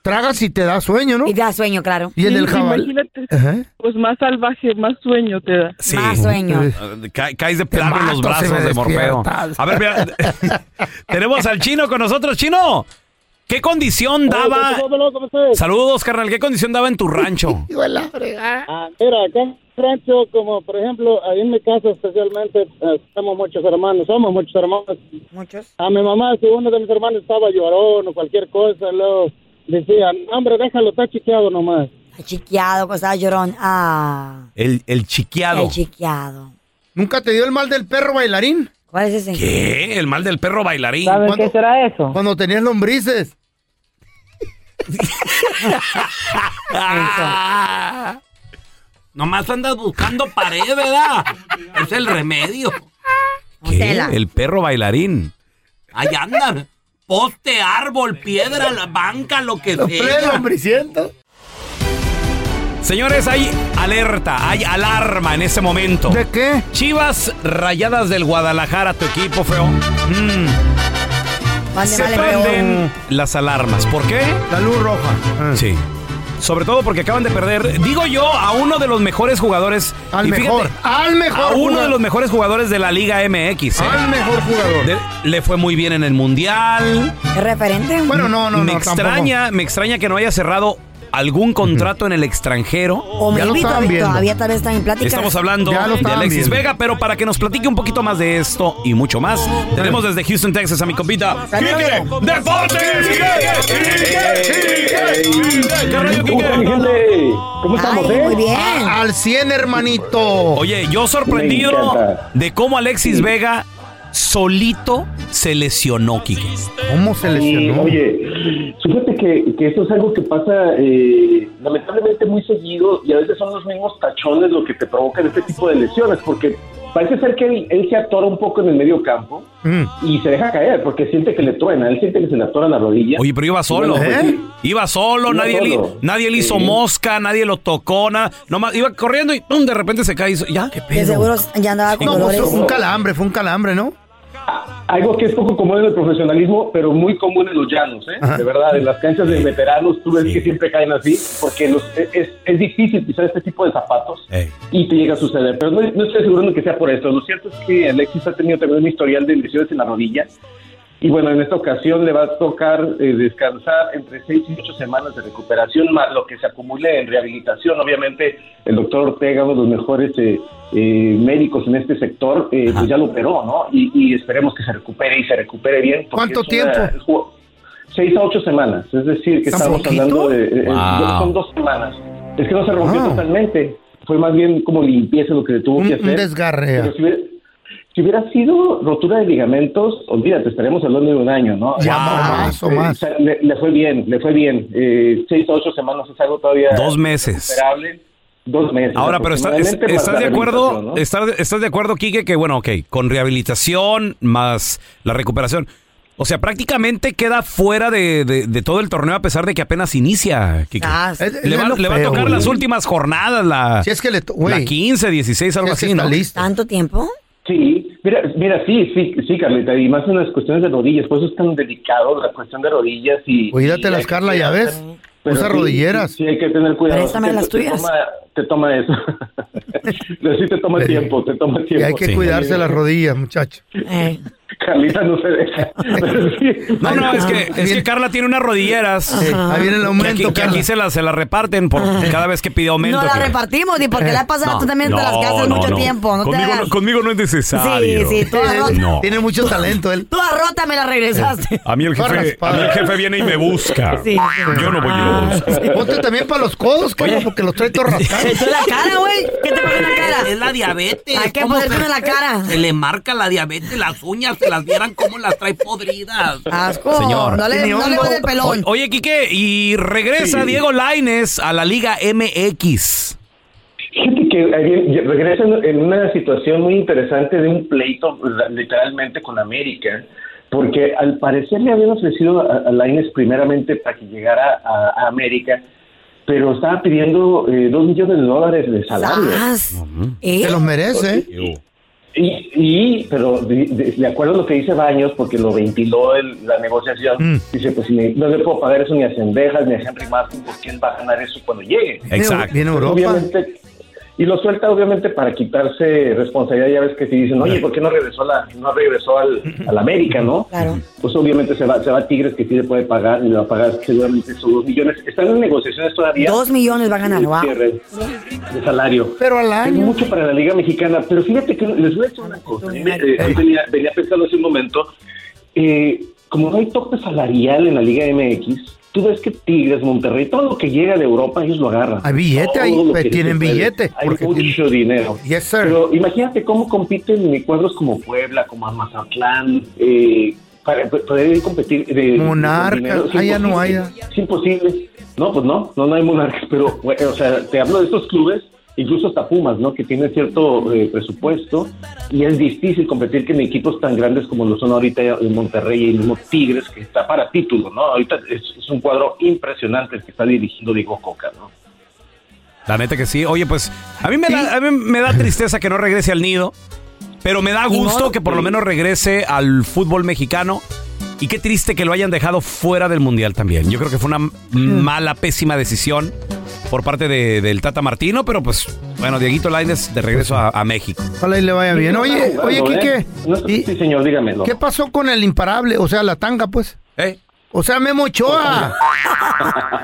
Tragas y te da sueño, ¿no? Y te da sueño, claro. Y el Sí, del jabalí. Imagínate, pues más salvaje, más sueño te da. Sí. Eh, ca- caes de plano en los mato si brazos me de Morfeo. despiertas. A ver, mira, tenemos al chino con nosotros. Chino, ¿qué condición daba? Saludos, carnal. ¿Qué condición daba en tu rancho? Ah, mira, acá en Rancho, como por ejemplo, ahí en mi casa especialmente, eh, somos muchos hermanos, somos muchos hermanos. Muchos. A mi mamá, si uno de mis hermanos estaba llorón o cualquier cosa, luego decían, hombre, déjalo, está chiqueado nomás. Chiqueado, cosa llorón. Ah, El, el chiqueado. el chiqueado. ¿Nunca te dio el mal del perro bailarín? ¿Cuál es ese? ¿Qué? El mal del perro bailarín. qué será eso? Cuando tenías lombrices. Ah, nomás andas buscando pared, ¿verdad? es el remedio. ¿Qué? Tela. El perro bailarín. Ahí andan. Poste, árbol, piedra, la banca, lo que sea. Señores, hay alerta, hay alarma en ese momento. ¿De qué? Chivas Rayadas del Guadalajara, tu equipo feo. Mm, Mande, se vale, prenden las alarmas. ¿Por qué? La luz roja. Sí. Sobre todo porque acaban de perder, digo yo, a uno de los mejores jugadores. Al Y fíjate, mejor, al mejor A uno jugador. de los mejores jugadores de la Liga MX. ¿eh? Al mejor jugador. De- le fue muy bien en el Mundial. ¿Es referente? Bueno, no, no, no. me extraña, me extraña que no haya cerrado algún contrato en el extranjero. O me invito, todavía tal vez están en plática. Estamos hablando de Alexis Vega, pero para que nos platique un poquito más de esto y mucho más, tenemos desde Houston, Texas a mi compita. ¡Quique! ¿Cómo estamos, Ay, eh? muy bien. Al 100, hermanito. Oye, yo Me sorprendido encanta. de cómo Alexis Vega solito se lesionó, Quique. ¿Cómo se lesionó? oye, fíjate que, que eso es algo que pasa eh, lamentablemente muy seguido y a veces son los mismos tachones lo que te provocan este tipo de lesiones, porque parece ser que él, él se atora un poco en el medio campo Mm. y se deja caer porque siente que le truena, él siente que se le atora la rodilla. Oye, pero iba solo. Bueno, pues, sí. Iba solo, Iba nadie, solo. Le, nadie le hizo Sí. mosca, nadie lo tocó, nada. Nomás iba corriendo y ¡pum! de repente se cae. y hizo- ¿Ya? De seguro ya andaba con No, pues, dolores. un calambre, fue un calambre, ¿no? Algo que es poco común en el profesionalismo, pero muy común en los llanos, ¿eh? Ajá. De verdad, en las canchas de veteranos tú ves que siempre caen así, porque los- e, es, es difícil pisar este tipo de zapatos y te llega a suceder. Pero no, no estoy seguro de que sea por esto. Lo cierto es que Alexis ha tenido también un historial de lesiones en la rodilla. Y bueno, en esta ocasión le va a tocar eh, descansar entre seis y ocho semanas de recuperación, más lo que se acumule en rehabilitación. Obviamente, el doctor Ortega, uno de los mejores eh, eh, médicos en este sector, eh, pues ya lo operó, ¿no? Y, y esperemos que se recupere y se recupere bien. porque ¿Cuánto es una- tiempo? es ju- seis a ocho semanas. Es decir, que ¿Tan estamos poquito? hablando de. eh, Wow. Son dos semanas. Es que no se rompió totalmente. Fue más bien como limpieza lo que le tuvo que hacer. Ah. un desgarre. Pero si hubiera, si hubiera sido rotura de ligamentos, olvídate, estaríamos hablando de un año, ¿no? Este, Ya más o más. sea, le, le fue bien, le fue bien. Eh, seis a ocho semanas es algo todavía. Dos meses. recuperable. Dos meses. Ahora, pero está- es- aproximadamente, más estás Pues, la de acuerdo, rehabilitación, ¿no? estás, estás de acuerdo, Quique, que bueno, ok, con rehabilitación más la recuperación. O sea, prácticamente queda fuera de, de- de todo el torneo a pesar de que apenas inicia, Quique. Ah, sí. le va, es lo le va a feo, tocar güey. las últimas jornadas, la, Si es que le to- la güey. 15, 16, algo así, ¿no? ¿Tanto tiempo? Sí, mira, mira, sí, sí, sí, Carlita, y más en las cuestiones de rodillas, por eso es tan delicado la cuestión de rodillas y... Cuídate las, Carla, ya ves. Usa sí, rodilleras. Sí, hay que tener cuidado. Préstame Te- Pues las te tuyas. toma- Te toma, eso. Pero sí te toma tiempo, te toma Y tiempo. hay que cuidarse las rodillas, muchacho. Carlita no se deja. Pero sí. No, no, es que, es que Carla tiene unas rodilleras. Sí, Ah, ahí viene el Que aumento, aquí- Que, aquí Carla. se las se la reparten por cada vez que pide aumento. No la Quique. repartimos, ni porque la has pasado No, tú también te las no, gastas no, mucho no. tiempo. No conmigo, te hagas. no, conmigo no es necesario. Sí, sí, toda rota. No. Tiene mucho talento él. Toda rota me la regresaste. A mí el jefe, a mí el jefe viene y me busca. Sí. Ah. Yo no voy y lo busco. Ponte también para los codos, Carla, porque los trae todo rascado. Eso es la cara, güey. ¿Qué te pasa en la cara? Es la diabetes. Hay que ¿Cómo ponerte se- en la cara. Se le marca la diabetes, las uñas, se las vieran como las trae podridas. Asco. No le, no le muevas el pelón. O- oye, Quique, y regresa Sí. Diego Laines a la Liga MX. Fíjate que eh, regresa en- en una situación muy interesante de un pleito pues, literalmente con América, porque al parecer le habían ofrecido a, a Lainez primeramente para que llegara a, a América, pero estaba Ah. pidiendo eh, dos millones de dólares de salario. Zas. ¿Eh? Se los merece. Y, y, pero de, de- de acuerdo a lo que dice Baños, porque lo ventiló el- la negociación, dice, pues si le- no le puedo pagar eso ni a Cendejas ni a Henry Martin, ¿por quién va a ganar eso cuando llegue? Exacto. Viene Europa. Obviamente, y lo suelta obviamente para quitarse responsabilidad, ya ves que si dicen, oye, ¿por qué no regresó, la, no regresó al, al América, no? Claro. Pues obviamente se va, se va a Tigres, que sí le puede pagar, y le va a pagar seguramente esos dos millones. Están en negociaciones todavía. Dos millones va a ganar, wow. Cierre de salario. Pero al año. Es mucho para la Liga Mexicana, pero fíjate que les voy a decir una cosa. A mí me- eh, yo venía, venía pensando hace un momento, eh, como no hay tope salarial en la Liga MX, tú ves que Tigres, Monterrey, todo lo que llega de Europa, ellos lo agarran. Hay billete ahí, Todo lo pues, que tienen se puede. billete, Hay porque mucho dinero. Pero imagínate cómo compiten en cuadros como Puebla, como Mazatlán, eh, para poder competir. De, Monarcas, con dinero. Es haya, no imposible. haya. Es imposible. No, pues no, no, no hay monarcas, pero, güey, o sea, te hablo de estos clubes, incluso hasta Pumas, ¿no? Que tiene cierto eh, presupuesto y es difícil competir que en equipos tan grandes como lo son ahorita en Monterrey y el mismo Tigres, que está para título, ¿no? Ahorita es, es un cuadro impresionante el que está dirigiendo Diego Coca, ¿no? La neta que sí. Oye, pues a mí me, da, a mí me da tristeza que no regrese al nido, pero me da gusto que por lo menos regrese al fútbol mexicano. Y qué triste que lo hayan dejado fuera del mundial también. Yo creo que fue una Mm. mala, pésima decisión por parte de- del Tata Martino, pero pues bueno, Dieguito Lainez de regreso a, a México. Ojalá y le vaya bien. Oye, ¿eh? oye, Quique, sí, señor, dígamelo. ¿qué pasó con el imparable? O sea, la tanga, pues. O sea, Memo Ochoa.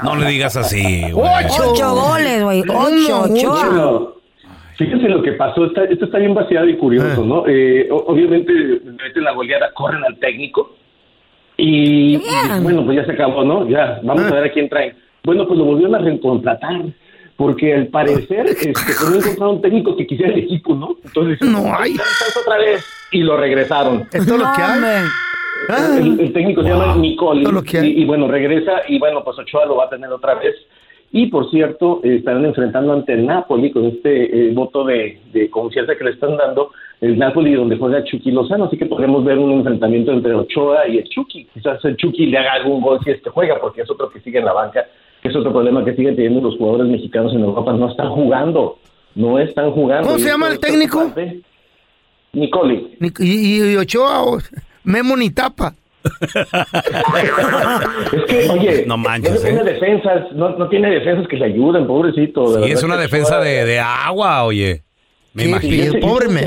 No le digas así. güey. Ocho. Ocho goles, güey. Ocho, ocho. Bueno, Ah. Fíjense lo que pasó, está- esto está bien vaciado y curioso, ¿no? Eh, o- obviamente, meten la goleada, corren al técnico y, y, bueno, pues ya se acabó, ¿no? Ya, vamos Ah. a ver a quién traen. Bueno, pues lo volvieron a recontratar porque al parecer este, pues, no encontraron un técnico que quisiera el equipo, ¿no? Entonces, no hay. otra vez y lo regresaron. Es todo lo que hay. Ah. El, el técnico se llama Nicoli y, y bueno, regresa y bueno, pues Ochoa lo va a tener otra vez. Y por cierto, eh, estarán enfrentando ante el Napoli con este eh, voto de, de confianza que le están dando el Napoli donde juega Chucky Lozano, así que podremos ver un enfrentamiento entre Ochoa y el Chucky. Quizás el Chucky le haga algún gol si este juega, porque es otro que sigue en la banca, que es otro problema que siguen teniendo los jugadores mexicanos en Europa, no están jugando, no están jugando. ¿Cómo Y se llama esto el es técnico? preocupante. Nicoli. Ni- Y, y- y Ochoa, o- Memo ni tapa. Es que, oye, No manches, tiene ¿eh? defensas, no, no tiene defensas que le ayuden, pobrecito. de Y verdad es una que defensa Ochoa- de, de agua, oye. Me imagino. yo sí- yo sí- Yo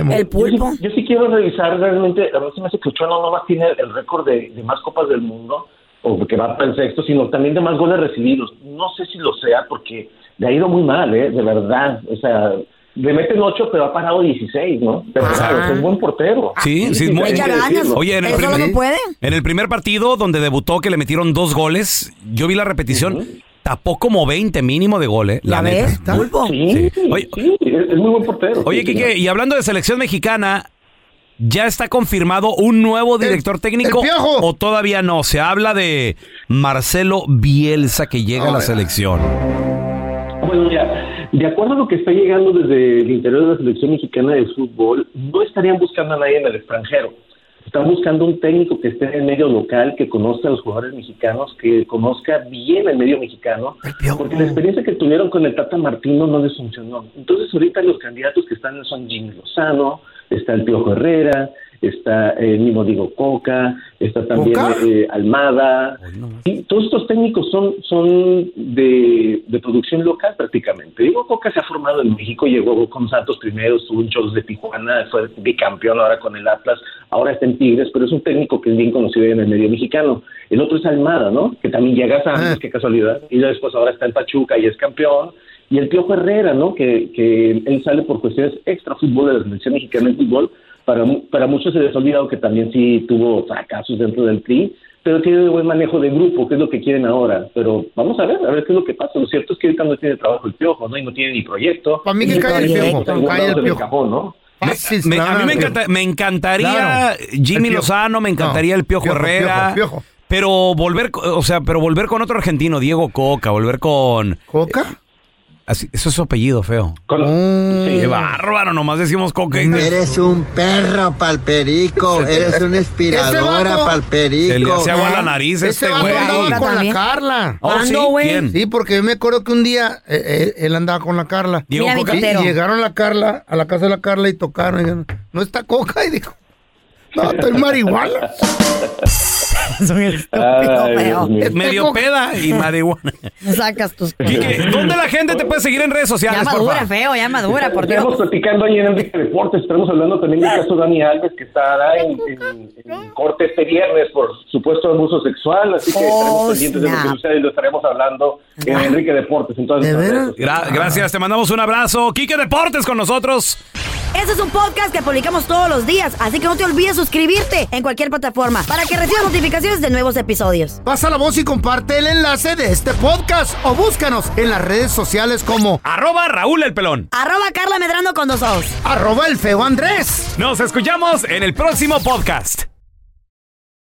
sí, yo sí quiero revisar realmente, a mí se me hace que Ochoa no nomás tiene el récord de, de más copas del mundo, o que va para el sexto, sino también de más goles recibidos. No sé si lo sea, porque le ha ido muy mal, ¿eh? De verdad. O sea, le meten ocho, pero ha parado 16, ¿no? De verdad, es un buen portero. Sí, sí, es muy hay que decirlo. Oye, en el, primer, en el primer partido donde debutó que le metieron dos goles, yo vi la repetición, tapó como 20 mínimo de goles. La, neta. Sí, Oye, es muy buen portero. Oye, Sí, Quique, señor. y hablando de selección mexicana, ¿ya está confirmado un nuevo director técnico? ¿O todavía no? Se habla de Marcelo Bielsa que llega a la selección. Bueno, mira, de acuerdo a lo que está llegando desde el interior de la selección mexicana de fútbol, no estarían buscando a nadie en el extranjero. Están buscando un técnico que esté en el medio local, que conozca a los jugadores mexicanos, que conozca bien el medio mexicano, porque la experiencia que tuvieron con el Tata Martino no les funcionó. Entonces, ahorita los candidatos que están son Jimmy Lozano, está el Piojo Herrera, está eh, el mismo Diego Coca, está también eh, Almada. Sí, todos estos técnicos son, son de, de producción local prácticamente. Diego Coca se ha formado en México, llegó con Santos primero, estuvo en Cholos de Tijuana, fue bicampeón ahora con el Atlas, ahora está en Tigres, pero es un técnico que es bien conocido en el medio mexicano. El otro es Almada, ¿no? Que también llega a Santos, qué casualidad, y después ahora está en Pachuca y es campeón. Y el Piojo Herrera, ¿no? Que, que él sale por cuestiones extra fútbol de la selección mexicana en fútbol, para, mu- para muchos se les ha olvidado que también sí tuvo fracasos dentro del tri, pero tiene buen manejo de grupo, que es lo que quieren ahora. Pero vamos a ver, a ver qué es lo que pasa. Lo cierto es que ahorita no tiene trabajo el piojo, ¿no? Y no tiene ni proyecto. Para mí que Y caiga el está Piojo, en algún caiga el lado en Piojo. cajón, ¿no? Me- a mí claro. me, encanta- me encantaría Claro. El Jimmy Piojo. Lozano, me encantaría No, el Piojo, Piojo, Herrera. Piojo, Piojo. Pero volver, co- o sea, pero volver con otro argentino, Diego Coca, volver con... ¿Coca? Así- eso es su apellido feo. Mm. Qué bárbaro, nomás decimos coque. Eres un perro palperico, eres una inspiradora vato- palperico. Se le hace agua a la nariz ¿Eh? Ese este vato güey. andaba con la Carla. Oh, ¿sí? ¿Cuándo, güey? ¿Quién? Sí, porque yo me acuerdo que un día eh, eh, él andaba con la Carla. Diego Mira, mi Coca. Y totero. llegaron la Carla, a la casa de la Carla y tocaron. Y dijeron, no está coca. Y dijo, no, estoy marihuana. Medio peda y marihuana. Sacas tus Quique, ¿dónde la gente te puede seguir en redes sociales, Ya por madura, favor? feo, ya madura, por Dios. Estamos platicando ahí en Enrique Deportes, estamos hablando también del caso de Dani Alves, que estará en, en- en corte este viernes por supuesto abuso sexual, así que Oh, estaremos pendientes de lo que snap. sucede y lo estaremos hablando en Enrique Deportes. Entonces, pues, Gra- gracias, te mandamos un abrazo. Quique Deportes con nosotros. Este es un podcast que publicamos todos los días, así que no te olvides suscribirte en cualquier plataforma para que recibas notificaciones de nuevos episodios. Pasa la voz y comparte el enlace de este podcast o búscanos en las redes sociales como Arroba Raúl el pelón. Arroba Carla Medrano con dos ojos. arroba el feo Andrés. Nos escuchamos en el próximo podcast.